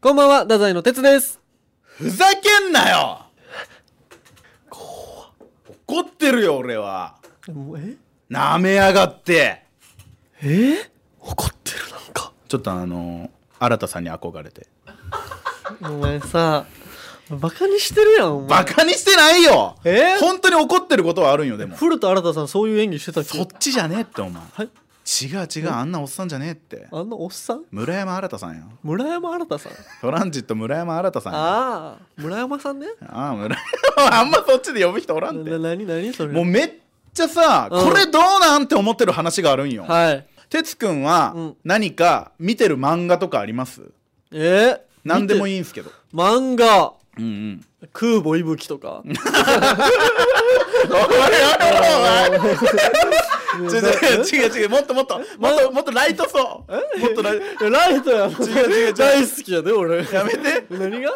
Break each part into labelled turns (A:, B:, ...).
A: こんばんは、太宰の哲です。
B: ふざけんなよ怒ってるよ俺は
A: え
B: なめやがって
A: え怒ってるなんか。
B: ちょっとあの新田さんに憧れて
A: お前さ、バカにしてるやん、お前。
B: バカにしてないよ
A: え
B: 本当に怒ってることはあるんよでも
A: 古田新太さんそういう演技してたっけ
B: そっちじゃねえってお前
A: はい
B: 違う違うあんなおっさんじゃねえって
A: あのおっさん
B: 村山新さんよ
A: 村山新太さん。
B: トランジット村山新さんよあ
A: ああ、村山さんね。
B: あ村 山あんまそっちで呼ぶ人おらんて
A: な、なになにそれ。
B: もうめっちゃさ
A: うん
B: これどうなんって思ってる話があるんよ
A: はい。
B: 哲くんは
A: うん
B: 何か見てる漫画とかあります
A: えー、
B: 何でも
A: い。
B: いいんすけど
A: 漫画、
B: うんうん
A: 空母息吹と か。
B: おいおいおいおいちょちょ違う違う違うもっともっともっともっとライトそうもっとライ
A: いやライトやん。
B: 違う違う違う
A: 大好きやで、俺。
B: やめて
A: 何が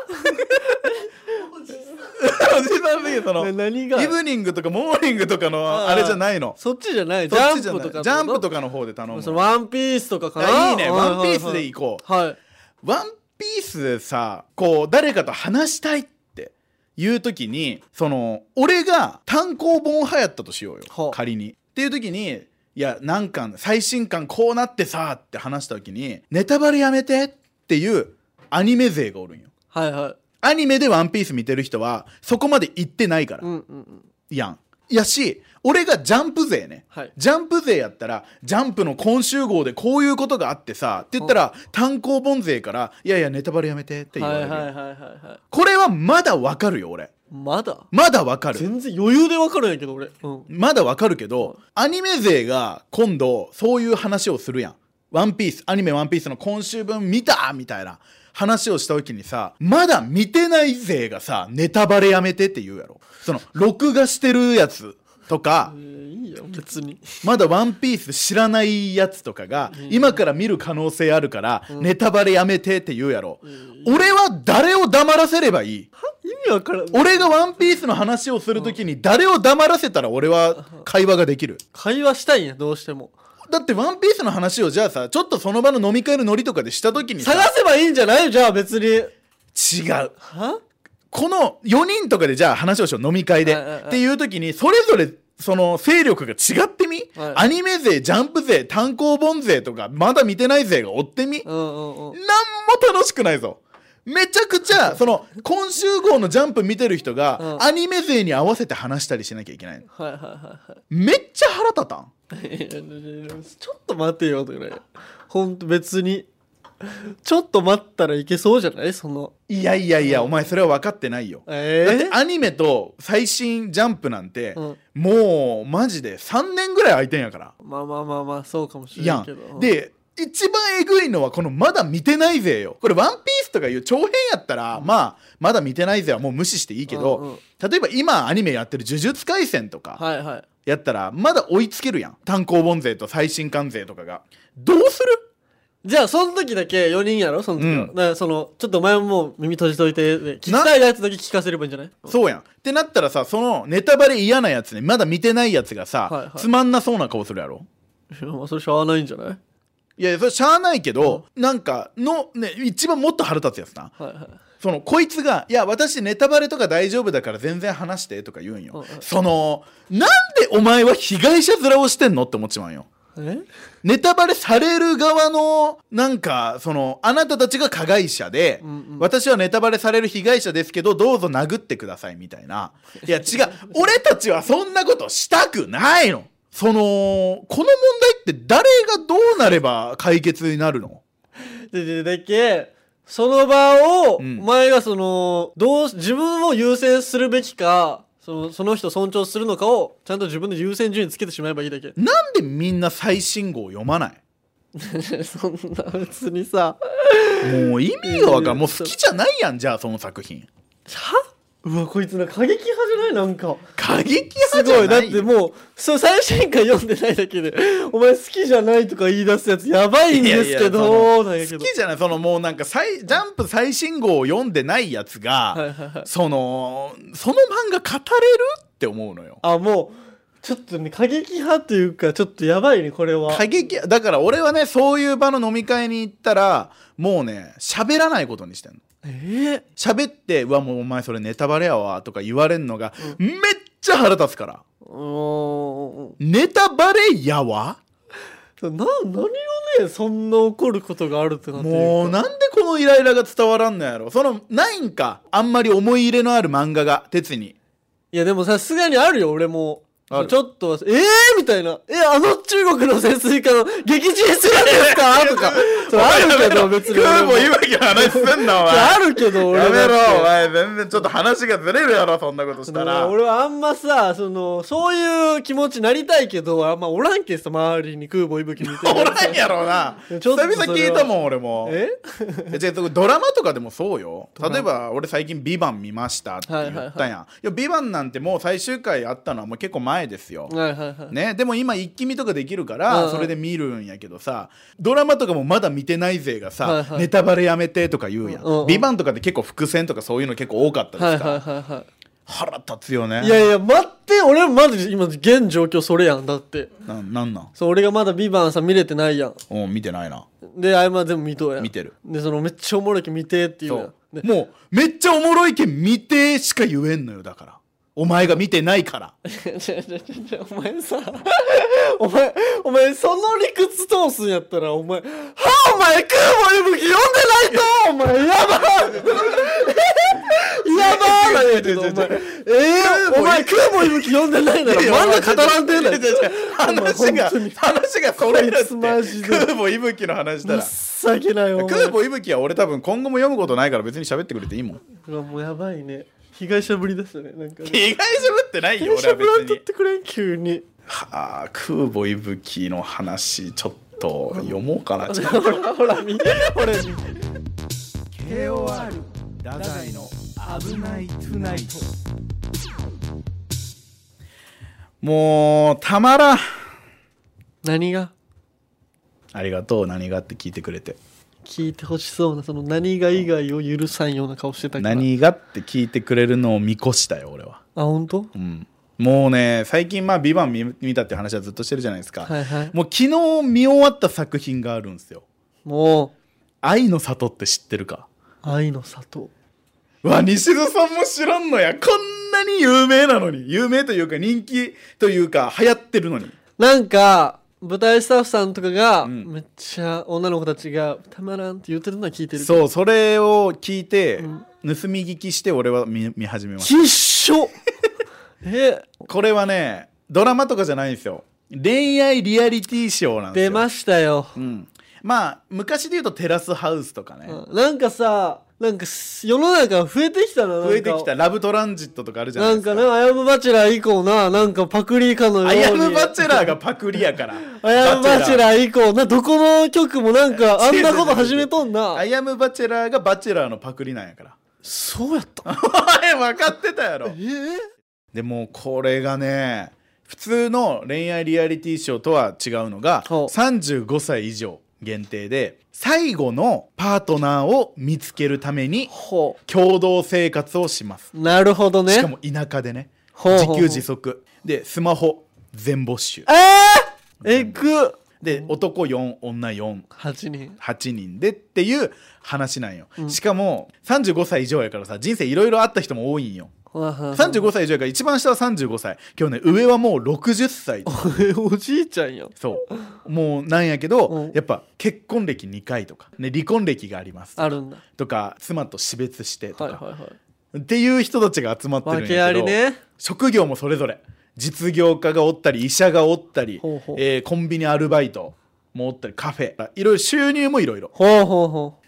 B: おじさんすぎるその
A: な
B: イ
A: 何が
B: ブニングとかモーニングとかのあれじゃないの
A: そっちじゃない。ジ
B: そ
A: ャ
B: っちじゃ
A: ン
B: ない
A: プとか。
B: ジャンプとかの方で頼む
A: そのワンピースとかか
B: あ
A: な。
B: いいね
A: は
B: ワンピースで行こう
A: はい。
B: ワンピースでさこう誰かと話したいっていう時にその俺が単行本派やったとしよう
A: ほう
B: よ仮に。っていう時にいや何巻最新巻こうなってさって話した時にネタバレやめてっていうアニメ勢がおるんよ。
A: はいはい。
B: アニメでワンピース見てる人はそこまで行ってないから、
A: うんうんうん。
B: やん。やし俺がジャンプ勢ね、
A: はい
B: ジャンプ勢やったらジャンプの今週号でこういうことがあってさって言ったら単行本勢から「いやいやネタバレやめて」って言わ
A: は
B: れ
A: い
B: る
A: は
B: よ、
A: いはいはいは
B: これはまだわかるよ俺
A: い。まだ
B: まだわかる
A: 全然余裕でわかるんやけど俺。うん。
B: まだわかるけどアニメ勢が今度そういう話をするやん「ワンピースアニメ「ワンピースの今週分見た!」みたいな話をした時にさまだ見てない勢がさネタバレやめてって言うやろその録画してるやつとか
A: えーいいよ別に。
B: まだ「ワンピース知らないやつとかが今から見る可能性あるからネタバレやめてって言うやろ、俺は誰を黙らせればいい
A: 意味わからん。
B: 俺が「ワンピースの話をするときに誰を黙らせたら俺は会話ができる
A: 会話したいんやどうしても。
B: だって「ワンピースの話をじゃあさちょっとその場の飲み会のノリとかでしたときにさ
A: 探せばいいんじゃないじゃあ別に。
B: 違う
A: は
B: この4人とかでじゃあ話をしよう飲み会で
A: はいはいはい
B: っていう時にそれぞれその勢力が違ってみ、
A: はい
B: アニメ勢ジャンプ勢単行本勢とかまだ見てない勢が追ってみ、
A: うんうんうん。
B: なんも楽しくないぞめちゃくちゃその今週号のジャンプ見てる人が、
A: うん
B: アニメ勢に合わせて話したりしなきゃいけないの
A: はいはいはいはい。
B: めっちゃ腹立たん
A: いや ちょっと待てよとかね。ほんと別に。ちょっと待ったらいけそうじゃないその。
B: いやいやいや、お前それは分かってないよ、
A: え
B: だ
A: え
B: ってアニメと最新ジャンプなんて、
A: うん
B: もうマジで3年ぐらい空いてんやから
A: まあまあまあまあそうかもしれ
B: や
A: ないけど。
B: んで一番えぐいのはこのまだ見てないぜよこれ「ワンピースとかいう長編やったら、まあまだ見てないぜはもう無視していいけど、
A: うんうん
B: 例えば今アニメやってる「呪術廻戦」とか、
A: はいはい。
B: やったらまだ追いつけるやん単行本勢と最新刊勢とかがどうする
A: じゃあその時だけ4人やろその時は、
B: うん
A: だからそのちょっとお前もう耳閉じといてで聞きたいやつだけ聞かせればいいんじゃない
B: そうやんってなったらさそのネタバレ嫌なやつねまだ見てないやつがさ、
A: はいはい
B: つまんなそうな顔するやろ
A: いやまあそれしゃあないんじゃない
B: いやいやそれしゃあないけど、なんかのね一番もっと腹立つやつな
A: はいはい
B: そのこいつが「いや私ネタバレとか大丈夫だから全然話して」とか言うんよ、
A: うんうん
B: そのなんでお前は被害者面をしてんのって思っちまうんよ
A: え
B: ネタバレされる側のなんかそのあなたたちが加害者で、
A: んうん
B: 私はネタバレされる被害者ですけどどうぞ殴ってくださいみた いないや違う俺たちはそんなことしたくないのそのこの問題って誰がどうなれば解決になるの
A: ででだけその場をお
B: うん
A: 前がそのどう自分を優先するべきかそのその人尊重するのかをちゃんと自分で優先順位つけてしまえばいいだけ
B: なんでみんな最新号読まない
A: そんな別にさ
B: もう意味がわからんもう好きじゃないやんじゃあその作品
A: はうわこいつな過激派じゃないなんか
B: 過激
A: す
B: 派じ
A: ごい
B: ゃ
A: だ
B: な
A: っ
B: い
A: てもうそう最新回読んでないだけで お前好きじゃないとか言い出すやつやばいんですけ
B: いやいや
A: どなんやけ
B: 好
A: ど
B: きじゃないそのもうなんか最ジャンプ最新号を読んでないやつが、
A: はいはいはい
B: そのその漫画語れるって思うのよ
A: あもうちょっとね過激派というかちょっとやばいねこれは
B: 過激だから俺はねそういう場の飲み会に行ったらもうね喋らないことにしてんの
A: えー、
B: 喋って「うわもうお前それネタバレやわ」とか言われんのが、めっちゃ腹立つから
A: うーん
B: 「ネタバレやわ?」
A: な何をねそんな怒ることがあるってなって
B: もうなんでこのイライラが伝わらんのやろそのないんかあんまり思い入れのある漫画が鉄に
A: いやでもさすがにあるよ俺も
B: ある
A: ちょっとはええー、みたいな「えあの中国の潜水艦の撃沈するんですか?」と かそれあるけど別に俺も
B: わきの話すんなお
A: それあるけど俺だって
B: 前全然ちょっと話がずれるやろそんなことし
A: 俺はあんまさそのそういう気持ちになりたいけどあんまおらんけんさ周りに空母いぶき みたいな
B: おらんやろな
A: ちょっ
B: 久
A: とそれは
B: 々聞いたもん俺も
A: え
B: え違うドラマとかでもそうよ
A: ドラマ
B: 例えば俺最近「ビバン見ましたって言ったやん、
A: はい
B: い
A: はい
B: や「ビバンなんてもう最終回あったのはもう結構前ですよ、
A: はいはいはい
B: ね、でも今一気見とかできるか
A: うんう
B: ら
A: ん
B: それで見るんやけどさドラマとかもまだ見てない勢がさ、
A: はいはい
B: ネタバレやめてとか言うやん
A: う
B: 「
A: んうんうん
B: ビバンとかで結構伏線とかそういうの結構多かったです
A: はい
B: から、
A: はいはいは
B: 腹立つよね
A: いいやいや待って俺まだ今現状況それやんだって
B: ななんなん
A: そう俺がまだ「ビバンさ見れてないやん
B: お見てないな
A: であいま全部見とうやん
B: 見てる
A: でそのめっちゃおもろいけん見てって言うや
B: そ
A: ん
B: う
A: で
B: もうめっちゃおもろいけん見てしか言えんのよだからお前が見てないから
A: 違う違う違うお前さお前お前その理屈通すんやったらお前「はあお前空母いぶき読んでないとお前やばいやばい!」なんやけどお
B: 違う違う違
A: 前
B: う
A: えー、お前空母いぶき読んでないなら
B: いや
A: 漫画語らんてんねん
B: いやいやいや話が
A: お前本当に
B: 話がそれるっ
A: こい
B: て
A: つマジで
B: 空母いぶきの話だら
A: 情けないお前
B: 空母いぶきは俺多分今後も読むことないから別に喋ってくれていいもん
A: うわもうやばいね被害者ぶりだしたねなんかね
B: 被害者ぶってない
A: 被
B: よ
A: 害
B: 俺は
A: 者ぶらん
B: 別
A: とっ
B: に
A: てくれん急に
B: はあ空母いぶきの話ちょっと読もうかなちょっと
A: ほらほら見ほら見
B: KOR ダザイの危ないトゥナイトもうたまらん
A: 何が
B: ありがとう何があって聞いてくれて
A: 聞いてほしそうなその何が以外を許さんような顔してたから
B: 何がって聞いてくれるのを見越したよ俺は
A: あ本当
B: うんもうね最近まあ「ビバン見見たって話はずっとしてるじゃないですか、
A: はいはい
B: もう昨日見終わった作品があるんですよ
A: も
B: 「愛の里」って知ってるか
A: う愛の里
B: うわ西津さんも知らんのやこんなに有名なのに有名というか人気というか流行ってるのに
A: なんか舞台スタッフさんとかが、
B: ん
A: めっちゃ女の子たちが「たまらん」って言ってるのは聞いてる
B: そうそれを聞いて、盗み聞きして俺は見見始めました
A: 必 勝え
B: これはねドラマとかじゃないんですよ恋愛リアリティショーなんですよ
A: 出ましたよ、
B: うん、まあ昔で言うとテラスハウスとかね、
A: うんなんかさなんかす世の中増えてきたななんか
B: 増えてきたラブトランジットとかあるじゃな
A: ないん
B: ですか
A: かね、アヤムバチェラー以降な、なんかパクリかのように。
B: アヤムバチェラーがパクリやから
A: アヤムバチェ
B: ー
A: ラー以降な、どこの曲もなんか、あんなこと始めとん
B: ア
A: な。
B: ヤムバチェラーがバチェラーのパクリなんやから
A: そうやった。
B: おい分かってたやろ
A: えー
B: でもこれがね普通の恋愛リアリティショーとは違うのが
A: ほう
B: 35歳以上限定で最後のパートナーを見つけるために
A: ほ
B: 共同生活をします
A: う。なるほどね。
B: しかも田舎でね
A: ほうほうほう
B: 自給自足でスマホ全没収
A: えー、えぐ
B: で男4女4
A: !8 人。
B: 8人でっていう話なんよ、しかも35歳以上やからさ人生いろいろあった人も多いんよ
A: 35
B: 35歳以上やから一番下は35歳今日ね上はもう60歳
A: おじいちゃんやん。
B: そうもうなんやけど、
A: うん
B: やっぱ結婚歴2回とか、ね、離婚歴があります
A: あるんだ。
B: とか妻と死別してとか、
A: はいはい はい。
B: っていう人たちが集まってるんやけど
A: 訳ありね
B: 職業もそれぞれ実業家がおったり医者がおったり
A: ほうほう
B: えーコンビニアルバイトもおったりカフェいろいろ収入もいろいろ
A: ほうほうほ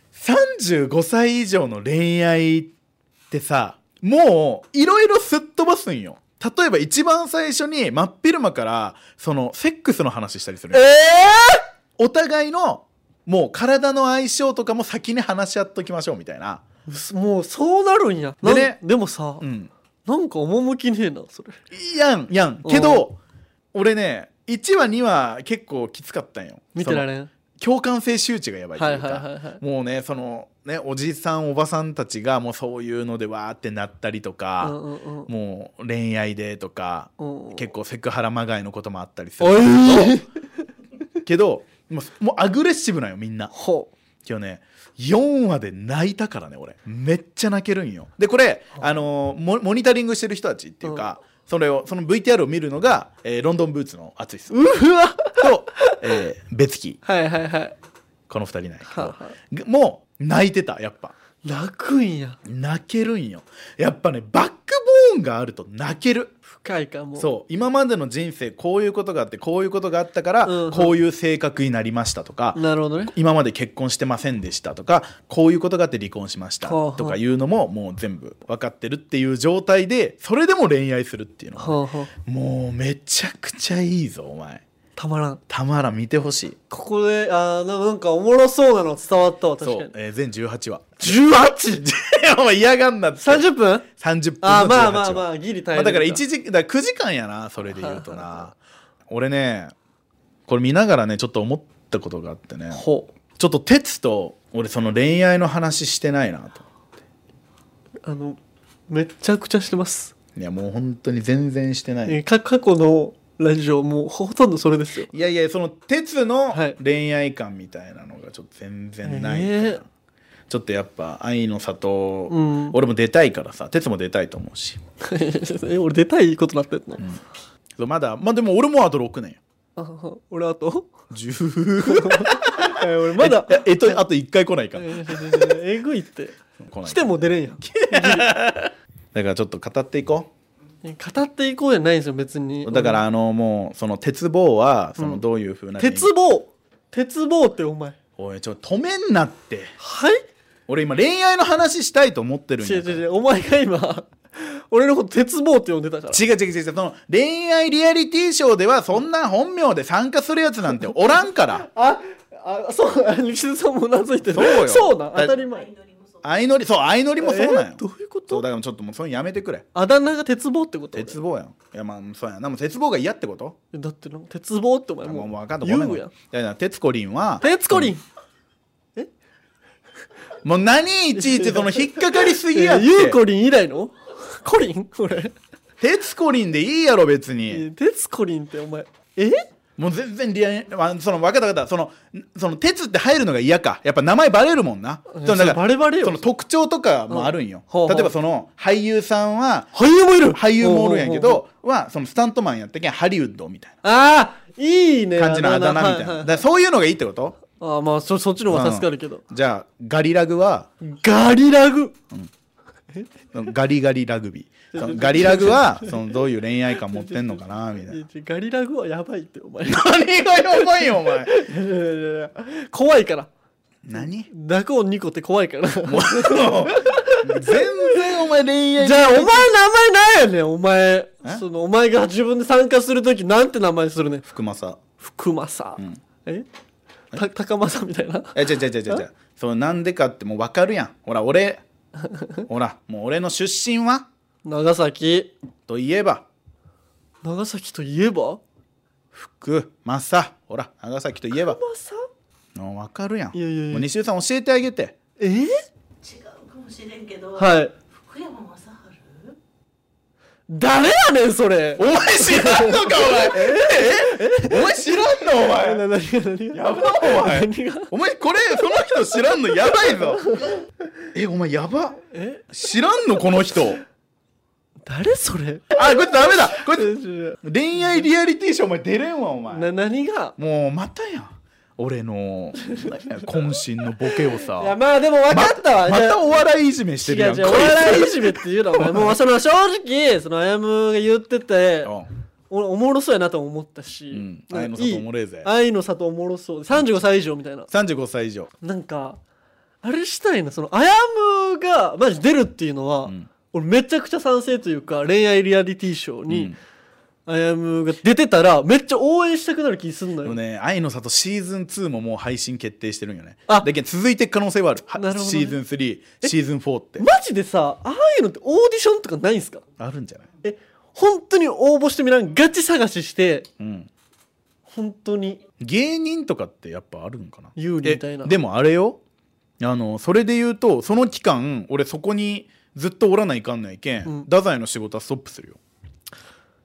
B: 35歳以上の恋愛ってさもういろいろすっ飛ばすんよ例えば一番最初に真っ昼間からそのセックスの話したりする
A: う。え
B: んよ
A: え
B: お互いのもう体の相性とかも先に話し合っときましょうみたいな、
A: ーうそもうそうなるんや。なん
B: でね
A: でもさ、
B: うん、
A: なんか趣ねえな、それ。
B: やんやんけど俺ね1話2話結構きつかったんよ
A: 見てられん。
B: そ共感性周知がやばいというか、
A: はいはいはいはい
B: もうねそのねおじさんおばさんたちがもうそういうのでわーってなったりと
A: う
B: か、
A: んうん
B: もう恋愛でとか、
A: うんうん
B: 結構セクハラまがいのこともあったりす
A: お
B: る
A: い
B: けどもうもうアグレッシブなんよみんな
A: ほう
B: 今日ね4話で泣いたからね俺めっちゃ泣けるんよでこれ、あのーモモニタリングしてる人たちっていうか、それをその VTR を見るのが、えーロンドンブーツの淳さん
A: うわ
B: と、えー、ベツキ
A: はいはいはい
B: この2人なんやけど
A: はあはあ
B: ぐもう泣いてたやっぱ
A: 泣くんや
B: 泣けるんよやっぱねバックボーンがあると泣ける
A: 深いかも
B: そう今までの人生こういうことがあってこういうことがあったから、
A: うんうん
B: こういう性格になりましたとか、
A: なるほどね
B: 今まで結婚してませんでしたとかこういうことがあって離婚しました
A: ほうほう
B: とかいうのももう全部分かってるっていう状態でそれでも恋愛するっていうのが
A: ほうほう
B: もうめちゃくちゃいいぞお前
A: たまらん
B: たまらん見てほしい
A: ここであーななんかおもろそうなの伝わったわ確
B: そ
A: か
B: う
A: に、
B: えー全18話
A: 18!
B: お前嫌がんなって30
A: 30分
B: 分の18話
A: あーまあまあまあギリ
B: ま
A: 大
B: あ
A: 変
B: だから1時だから9時間やなそれで言うとな俺ねこれ見ながらねちょっと思ったことがあってね
A: ほう
B: ちょっと哲と俺その恋愛の話してないなと
A: あのめっちゃくちゃしてます、
B: いやもう本当に全然してない
A: えーか過去のラジオもうほとんどそれですよ
B: いやいやその鉄の
A: はい
B: 恋愛観みたいなのがちょっと全然ないから、
A: ええ
B: ちょっとやっぱ愛の里、
A: うん
B: 俺も出たいからさ鉄も出たいと思うし
A: え俺出たいことなってんの、
B: そうまだまあでも俺もあと6年よ
A: あは俺あ と
B: 10
A: えー俺まだ
B: ええっとあと1回来ないか
A: え
B: ら、
A: ーえぐいって
B: 来ない
A: 来ても出れんやん
B: だからちょっと語っていこ
A: えー語っていこうじゃないんですよ別に
B: うだからあのもうその鉄棒はそのどういうふうな、
A: 鉄棒鉄棒ってお前
B: おいちょっと止めんなって
A: はい
B: 俺今恋愛の話したいと思ってるん
A: 違う
B: やか
A: 違
B: ら
A: う違うお前が今俺のこと鉄棒って呼んでたから
B: 違う違う違う違うその恋愛リアリティショーではそんな本名で参加するやつなんておらんから
A: ああそうあ西田さんもうなずいてる
B: そうよ
A: そうなん
B: だ
A: 当たり前
B: 相乗りそう相乗りもそうなんよ
A: えーどういうこ
B: そう
A: と
B: だからちょっともうそれやめてくれ
A: あだ名が鉄棒ってこと
B: 鉄棒やんいやまあそうやなもう鉄棒が嫌ってこと
A: 俺だってなんか鉄棒ってお前
B: もう
A: も
B: も
A: う
B: う分かんとご
A: 言
B: めんご
A: う
B: めん
A: や
B: い
A: ん
B: やいや徹子凛は
A: 鉄子林
B: もう何いちいちその引っかかりすぎ
A: い
B: や
A: や
B: って
A: ゆうこりん以来のコリン俺
B: 徹子凛でいいやろ別に
A: 鉄子林ってお前え
B: もう全然リアルあその分かった分かったそのその鉄って入るのが嫌かやっぱ名前バレるもんな
A: うん
B: のだか
A: それ
B: ら
A: バレバレよ
B: その特徴とかもあるんよ
A: うんほうほう
B: 例えばその俳優さんは
A: 俳優もいる
B: 俳優もおるんやけ
A: ほうほうほう
B: どはそのスタントマンやったけんハリウッドみたい
A: ああいいね
B: な感じのあだ名みたい
A: は
B: なだ
A: は
B: からそういうのがいいってこと
A: ああまあそそっちの方が助かるけど
B: じゃあガリラグは
A: ガリラグ
B: ガリガリラグビーそのガリラグはそのどういう恋愛観持ってんのかなみた
A: い
B: い
A: や
B: な
A: ガリラグはやばいってお前
B: 何がやばいよお前
A: いやいやいやいや 怖いから
B: 何
A: 濁音2個って怖いからじゃ
B: もう全然お前恋愛
A: あお前名前なんやねんお前
B: え
A: そのお前が自分で参加するときなんて名前するねん
B: 福政
A: 福政、えた高政みたいな
B: え違う違う違う違う違うそのなんでかってもう分かるやんほら俺ほらもう俺の出身は
A: 長崎
B: といえば
A: 長崎といえば
B: 福政ほら長崎といえば
A: 政
B: もう分かるやん
A: いやいやいや
B: もう西尾さん教えてあげて
A: えー、
C: 違うかもしれんけど、
A: はい
C: 福山雅治
A: 誰やねんそれ
B: お前知らんのかお前えお前知らんのお
A: な
B: 前
A: な何が何が
B: やばお前
A: 何が
B: お前これその人知らんのやばいぞえお前やば
A: え
B: 知らんのこの人
A: 誰それ
B: あこいつダメだこい
A: え
B: つ
A: ちょ
B: 恋愛リアリティショーお前出れんわお前
A: な何が
B: もうまたやん俺の渾身のボケをさ
A: いやまあでも分かったわ、
B: ま
A: じゃあ
B: たお笑いいじめしてる
A: 違
B: や
A: うん違うお
B: こいつ
A: 笑いいじめっていうのはお前もうその正直そのあやむが言ってておおもろそうやなとも思ったし、
B: うん
A: なんか
B: 愛の里おもろえぜ
A: いい愛の里おもろそう35歳以上みたいな
B: うん、35歳以上
A: なんかあれしたいなそのあやむがマジ出るっていうのは、
B: ん
A: 俺めちゃくちゃ賛成というか恋愛リアリティショー
B: う
A: に
B: ん
A: あやむが出てたらめっちゃ応援したくなる気すんの
B: で
A: よ、
B: もね「愛の里」シーズン2ももう配信決定してるんよね
A: あ
B: だけど続いていく可能性はあるは
A: なるほどね
B: シーズン3シーズン4って
A: マジでさああいうのってオーディションとかないんすか
B: あるんじゃない
A: え本当に応募してみらんガチ探しして
B: うん
A: 本当に
B: 芸人とかってやっぱあるのかな
A: 有利みたいな
B: えでもあれよあのそれで言うとその期間俺そこにずっとおらないかんないけん、
A: うん
B: 太宰の仕事はストップするよ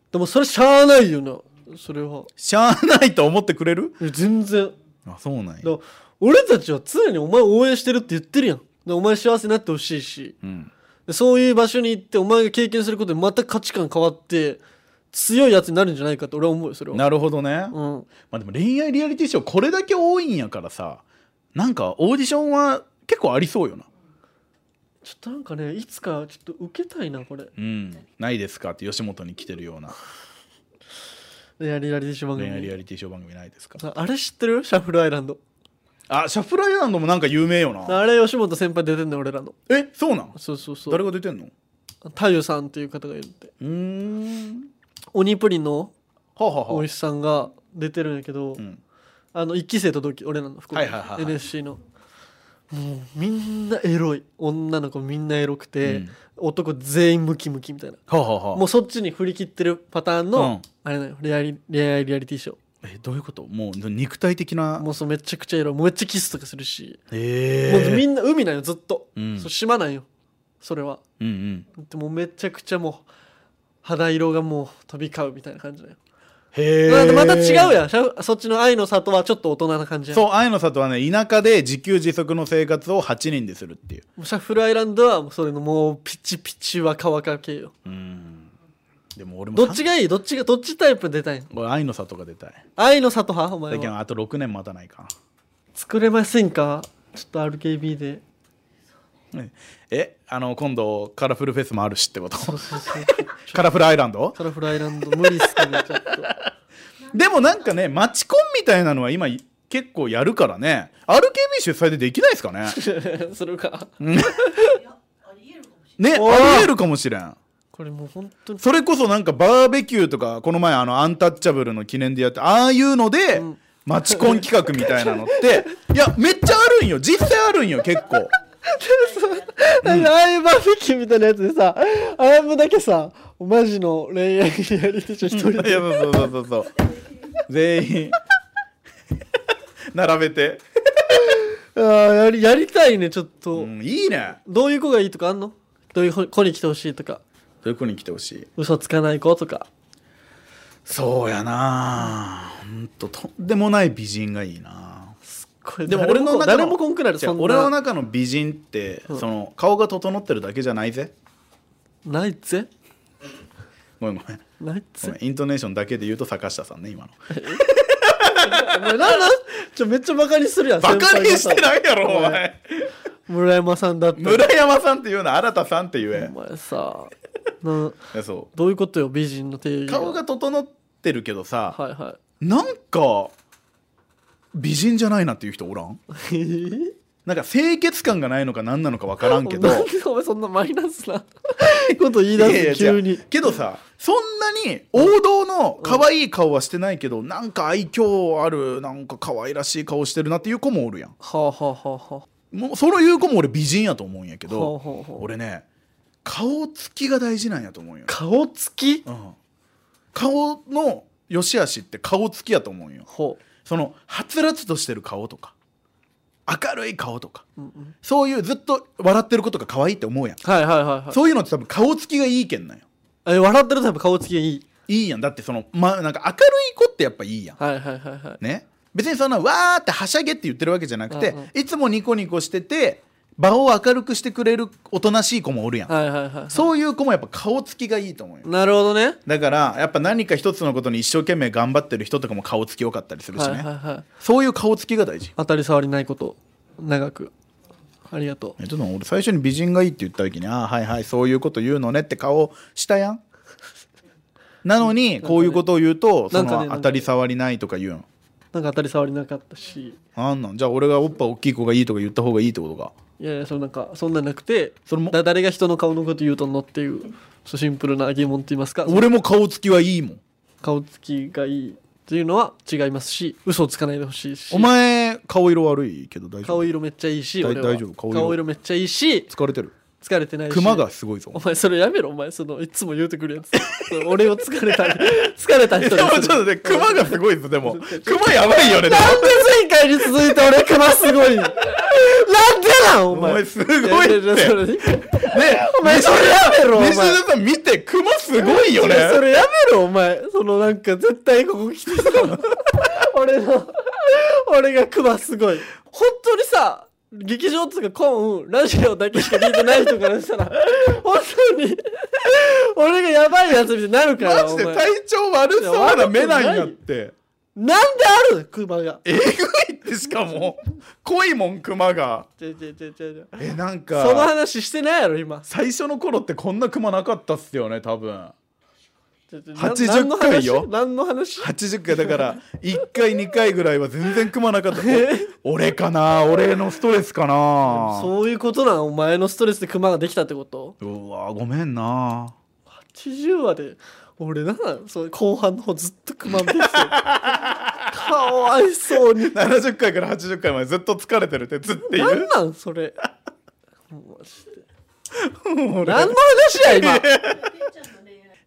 A: でもそれしゃあないよなそれは
B: しゃあないと思ってくれる
A: いや全然
B: あそうなんや
A: だから俺たちは常にお前を応援してるって言ってるやんでお前幸せになってほしいし
B: うん
A: でそういう場所に行ってお前が経験することでまた価値観変わって強いやつになるんじゃないかと俺は思うよそれは
B: なるほどね、ま
A: うん
B: あでも恋愛リアリティショーこれだけ多いんやからさなんかオーディションは結構ありそうよな
A: ちょっとなんかねいつかちょっと受けたいなこれ
B: うんないですかって吉本に来てるような
A: 恋愛リアリティショー番
B: 恋愛リア
A: 組
B: リティショー番組ないですか
A: ああれ知ってるシャッフルアイランド
B: あシャッフライランドもなんか有名よな
A: あれ吉本先輩出てんの俺らの
B: えそうなん
A: そうそうそう
B: 誰が出てんの
A: 太陽さんっていう方がいるって
B: うーん
A: 鬼プリンの
B: はあはあ
A: 大
B: はあ
A: 石さんが出てるんやけど、
B: うん
A: あの一期生と同期俺らの福岡、
B: はいはいはいはい
A: NSC のもうみんなエロい女の子みんなエロくて、
B: うん
A: 男全員ムキムキみたいな
B: はあはあはあ
A: もうそっちに振り切ってるパターンの、
B: うん
A: あれだよ恋愛恋愛リアリティショ
B: えどういうこともう肉体的な
A: ーもうそうめちゃくちゃエロいもうめっちゃキスとかするし、
B: え
A: もうみ
B: ん
A: んな海なんよずっと、
B: うん
A: そう島なんよそれは
B: うんうん
A: でもうめちゃくちゃもう肌色がもう飛び交うみたいな感じだよ
B: へ
A: ま
B: え
A: あまた違うやんシャそっちの愛の里はちょっと大人な感じやん
B: そう愛の里はね田舎で自給自足の生活を8人でするっていう
A: もうシャッフルアイランドはもうそれのもうピチピチ若々系よ
B: うんでも俺も
A: どっちがいいどっちがどっちタイプ出たいの
B: 俺愛の里が出たい
A: 愛の里派お前
B: だけ
A: は
B: どあと6年待たないか
A: 作れませんかちょっと RKB で
B: うんえあの今度カラフルフェスもあるしってこと
A: そうそうそう
B: カラフルアイランド
A: カラフルアイランド無理っすねちょっと
B: でもなんかねマチコンみたいなのは今結構やるからね RKB 主催でできないです かね
A: するか
C: いや、あり得るかもしれ
B: ね
A: おー
B: ありえるかもしれん
A: これもう本当に
B: それこそなんかバーベキューとかこの前あのアンタッチャブルの記念でやってああいうので、
A: ん
B: マチコン企画みたいなのっていやめっちゃあるんよ実際あるんよ結構
A: なんかああいうバーベキューみたいなやつでさあやむだけさマジの恋愛リアリティショー一
B: い
A: 人
B: や
A: で
B: そうそうそうそう全員並べて、
A: あーやりやりたいねちょっと、
B: うん、いいね
A: どういう子がいいとかあんのどういう子に来てほしいとか
B: そういう子に来てほしい
A: 嘘つかない子とか
B: そうやなほんととんでもない美人がいいな
A: これ
B: でも俺の中の
A: 誰もこんくなる
B: 違う
A: そんな
B: 俺の中の美人って、
A: うん
B: その顔が整ってるだけじゃないぜ
A: ないぜ
B: ごめんごめん
A: ない
B: ご
A: ぜ
B: めんイントネーションだけで言うと坂下さんね今の
A: お前なん なんちょめっちゃバカにするやん
B: バカにして
A: い
B: ないやろお
A: お
B: 前
A: 前村山さんだって
B: 村山さんって言うな新田さんって言え
A: お前さな
B: えそ
A: どういうことよ美人の定
B: う
A: 義は
B: 顔が整ってるけどさ、
A: はいはい
B: なんか美人じゃないなっていう人おらんなんか清潔感がないのか何なのか分からんけ ど
A: なんでお前そんなマイナ スなこと言い
B: いやい
A: 出
B: や
A: す急に
B: 違うけどさそんなに王道の可愛い顔はしてないけど、なんか愛嬌あるなんか可愛らしい顔してるなっていう子もおるやん
A: はあはあはあは
B: もうそういう子も俺美人やと思うんやけ
A: あはあ
B: ど、
A: はあはあ
B: 俺ね顔つきが大事なんやと思うんよ、
A: 顔つき
B: うん、顔の良し悪しって顔つきやと思うんよ
A: ほ
B: そのはつらつとしてる顔とか明るい顔とか
A: う、うんうん、
B: そういうずっと笑ってることが可愛いって思うやん、
A: はいはいはいはい
B: そういうのって多分顔つきがいいけんなんよ
A: え笑ってるとやっぱ顔つきがいい
B: いいやんだってその、ま、なんか明るい子ってやっぱいいやん
A: はいはいはいはい
B: ね別にそんなわーってはしゃげって言ってるわけじゃなくて、
A: うんうん
B: いつもニコニコしてて場を明るくしてくれるおとなしい子もおるやん、
A: はいはいはいはい
B: そういう子もやっぱ顔つきがいいと思うよ
A: なるほどね
B: だからやっぱ何か一つのことに一生懸命頑張ってる人とかも顔つき良かったりするし
A: は
B: ね、
A: いはいはい
B: そういう顔つきが大事
A: 当たり障りないこと長くありがとう
B: えちょっと俺最初に美人がいいって言った時に「ああはいはいそういうこと言うのね」って顔し たやんなのにこういうことを言うと、
A: な
B: そ
A: んかねな
B: の
A: んかね
B: 当たり障りないとか言うの
A: なんか当たり障りなかったし
B: あんなんじゃあ俺がおっぱ大きい子がいいとか言った方がいいってことか
A: いやいやそれなんかそんなんなくて
B: それも
A: だ誰が人の顔のこと言うとんのっていうそうシンプルな疑問と言いますか
B: 俺も顔つきはいいもん
A: 顔つきがいいっていうのは違いますし嘘をつかないでほしいし
B: お前顔色悪いけど大丈夫
A: 顔色めっちゃいいし
B: だい
A: 俺は
B: 大丈夫顔
A: 顔
B: 色
A: 色めっちゃいいし
B: 疲れてる
A: 疲れてないし
B: 熊がすごいぞ
A: お前それやめろお前そのいつも言うてくるやつ そう俺を疲れた 疲れた人
B: で
A: に
B: もちょっ
A: する
B: とね熊がすごいぞでも熊やばいよねでも
A: なんで前回に続いて俺熊すごい なんでなんお
B: お
A: 前
B: 前すごいって
A: やややそれねお前
B: 西
A: それやめろお前
B: 西田さん見て熊すごいよね
A: それやめろお前そのなんか絶対ここ来てさ 俺の俺がクマすごい本当にさ劇場とかコンラジオだけしか聞いてない人から したら本当に俺がやばいやつみたいになるから
B: マジ
A: お
B: で
A: 前
B: 体調悪そうな目なんやって
A: なんであるクマが
B: えぐいってしかも濃いもん熊が
A: ちょいちょいちょいちょいちょい
B: えなん
A: その
B: か
A: 話してないやろ今
B: 最初の頃ってこんな熊なかったっすよね多分
A: ちょいちょいな
B: 80
A: 何の話
B: 回よ
A: 何の話
B: 80回だから1回2回ぐらいは全然熊なかったお俺かな俺のストレスかな
A: そういうことなんお前のストレスでクマができたってこと
B: うわごめんな
A: 80話で俺なそう後半の方ずっとクマ出て きてかわいそうに
B: 70回から80回までずっと疲れてるってつってい
A: なん
B: う
A: なんそれマジで何の
B: 俺
A: 話や今
C: ちゃんの恋愛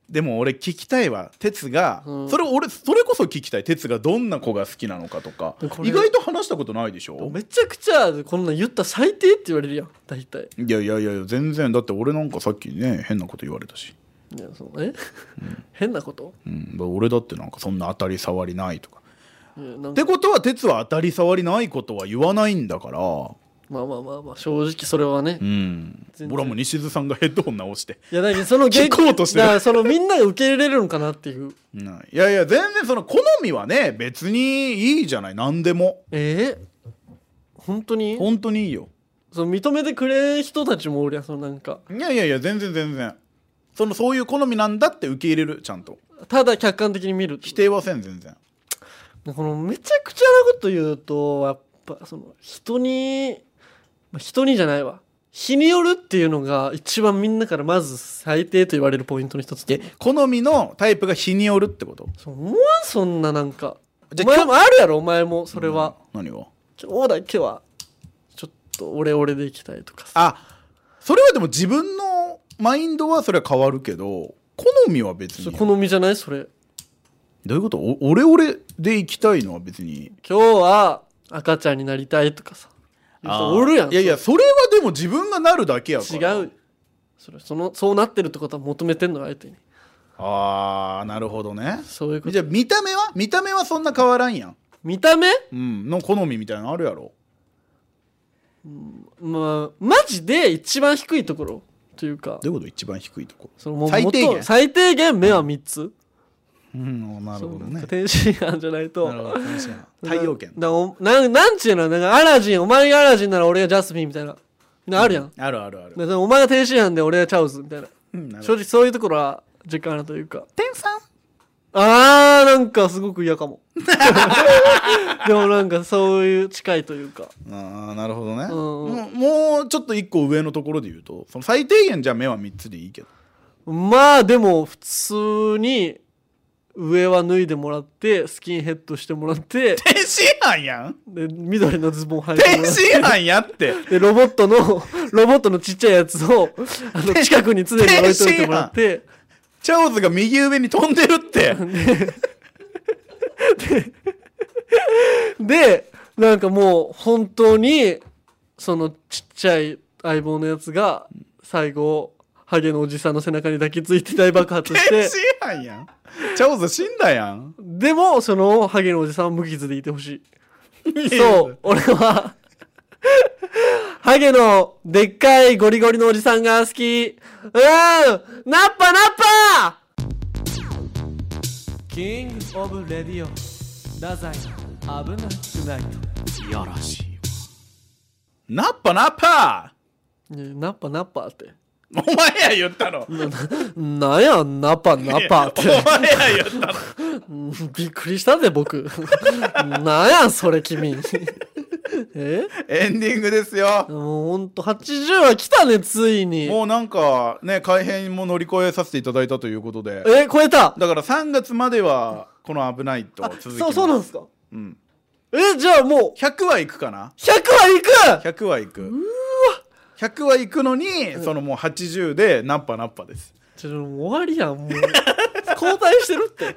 B: でも俺聞きたいわ哲が、
A: うん
B: それ俺それこそ聞きたい哲がどんな子が好きなのかとか
A: これ
B: 意外と話したことないでしょ
A: めちゃくちゃこんなん言ったら最低って言われるやん大体
B: いやいやいやいや全然だって俺なんかさっきね変なこと言われたし、
A: いやそのえ、変なこと
B: うん、だ俺だってなんかそんな当たり障りないとか
A: いやなんか
B: ってことは哲は当たり障りないことは言わないんだから
A: まあまあまあまあ正直それはね、
B: うん
A: 全然
B: 俺はもう西津さんがヘッドホン直して、
A: いやだけどその
B: 聞こうとしてる
A: だからそのみんなが受け入れれるのかなっていう
B: うんいやいや全然その好みはね別にいいじゃない何でも
A: えー、本当に
B: 本当にいいよ
A: その認めてくれる人たちもおるやんそのなんか
B: いやいやいや全然全然そのそういう好みなんだって受け入れるちゃんと
A: ただ客観的に見る
B: 否定はせん全然
A: このめちゃくちゃなこと言うとやっぱその人にまあ人にじゃないわ日によるっていうのが一番みんなからまず最低と言われるポイントの一つで
B: 好みのタイプが日によるってこと
A: そう思わんそんななんか
B: じゃ
A: お
B: あ
A: 前もあるやろお前もそれは、
B: うん何が
A: 今日だけはちょっと俺俺でいきたいとかさ
B: あそれはでも自分のマインドはそれは変わるけど好みは別
A: そう
B: に
A: 好みじゃないそれ
B: どういうことお俺俺で行きたいのは別に
A: 今日は赤ちゃんになりたいとかさいう人おるやん
B: いやいやそれはでも自分がなるだけやか
A: 違
B: ら
A: うそれそのそうなってるってことは求めてんの相手に
B: あーなるほどね
A: そういうこと
B: じゃあ見た目は見た目はそんな変わらんやん、
A: 見た目
B: うん、の好みみたいなのあるやろ
A: まあマジで一番低いところというか
B: どういうこと一番低いとこ
A: そのもう
B: 最低限
A: 元最低限目は3つ、
B: うんなるほどね
A: 天津飯じゃないと
B: なるほ ど楽しいな太陽圏
A: なおななんちゅうのなんかアラジンお前がアラジンなら俺がジャスミンみたいななあるやん、
B: あるあるある
A: でそのお前が天津飯で俺がチャウズみたいな
B: うんなる
A: 正
B: ほど
A: 直そういうところは時間あるというか
B: 天さん
A: あーなんかすごく嫌か もでもなんかそういう近いというか
B: ああなるほどね、
A: ん
B: もうもうちょっと一個上のところで言うとその最低限じゃあ目は3つでいいけど
A: まあでも普通に上は脱いでもらってスキンヘッドしてもらって
B: 天津飯や ん
A: で緑のズボン履いて
B: 天
A: もらっ
B: 津飯やって
A: てでロボットのロボットのちっちゃいやつをあの近くに常に置いといてもらって
B: チャオズが右上に飛んでる って
A: でなんかもう本当にそのちっちゃい相棒のやつが最後ハゲのおじさんの背中に抱きついて大爆発し
B: 天
A: て
B: 津飯やんチャオズ死んだやん
A: でもそのハゲのおじさんは無傷でいてほしい
B: そ
A: そう、俺は、ハゲのでっかいゴリゴリのおじさんが好き。うーんナッパナッパキングオブレディオ、ダザイ、危なくない
B: いやらしいわナッパナッパ
A: ナッパナッパって。
B: お前や言ったの
A: なんや、ナッパナッパっ
B: お
A: て
B: 前。や言ったの
A: うんびっくりしたぜ、僕。なんや、それ、君。え
B: エンディングですよ
A: もうほんと、80は来たね、ついに。
B: もうなんかね改編も乗り越えさせていただいたということで
A: え、超えた
B: だから3月まではこの「危ない」と
A: あ
B: 続き
A: そうそうなんですすか
B: うん
A: えじゃあもう
B: 100はいくかな
A: 100はいく
B: 100はいくうわ100は行くのに、そのもう80でナッパナッパです
A: ちょっともう終わりやんもう 交代してるって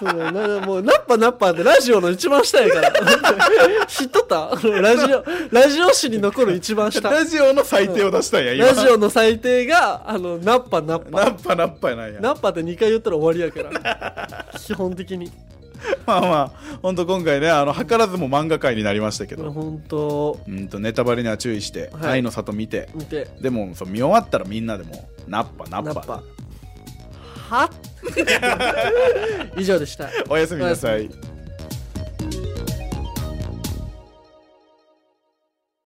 A: そのなもうナッパナッパってラジオの一番下やから 知っとったラジオラジオ史に残る一番下
B: ラジオの最低を出したんや今
A: ラジオの最低があのナッパナッ
B: ナ
A: パ
B: ッパナッパなんや
A: ナッパって2回言ったら終わりやから基本的に
B: まあまあ本当今回ねあの図らずも漫画界になりましたけど、
A: 本当
B: うん、とネタバレには注意して「
A: はい
B: 愛の里」見て
A: 見て
B: でもそう見終わったらみんなでも「ナッパナ
A: ナ
B: ッ
A: ッパ
B: パ
A: は 以上でした」
B: おやすみなさい